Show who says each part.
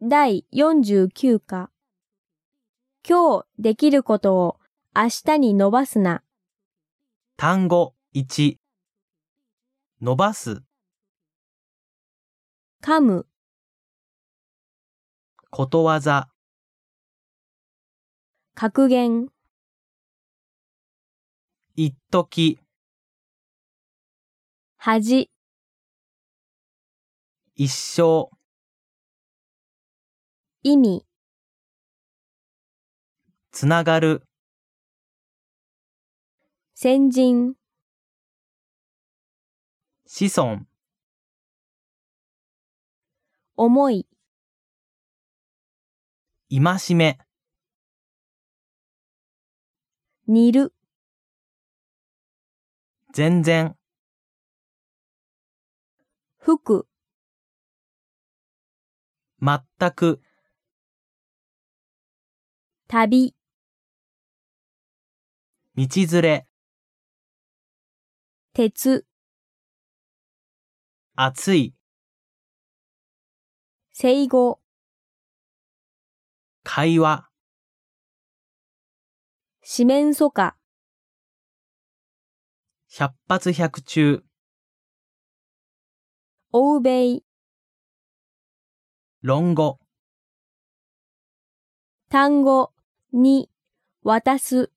Speaker 1: 第49課。今日できることを明日に伸ばすな。
Speaker 2: 単語1伸ばす
Speaker 1: 噛む、
Speaker 2: ことわざ
Speaker 1: 格言、
Speaker 2: 一時
Speaker 1: 恥、
Speaker 2: 一生
Speaker 1: 意味、
Speaker 2: つながる
Speaker 1: 先人、
Speaker 2: 子孫
Speaker 1: 思い、
Speaker 2: 戒め
Speaker 1: 煮る、
Speaker 2: 全然
Speaker 1: 吹く、
Speaker 2: 全く
Speaker 1: 旅、
Speaker 2: 道連れ
Speaker 1: 鉄、
Speaker 2: 熱い
Speaker 1: 生後、
Speaker 2: 会話
Speaker 1: 四面楚歌、
Speaker 2: 百発百中
Speaker 1: 欧米、
Speaker 2: 論語
Speaker 1: 単語、に、渡す、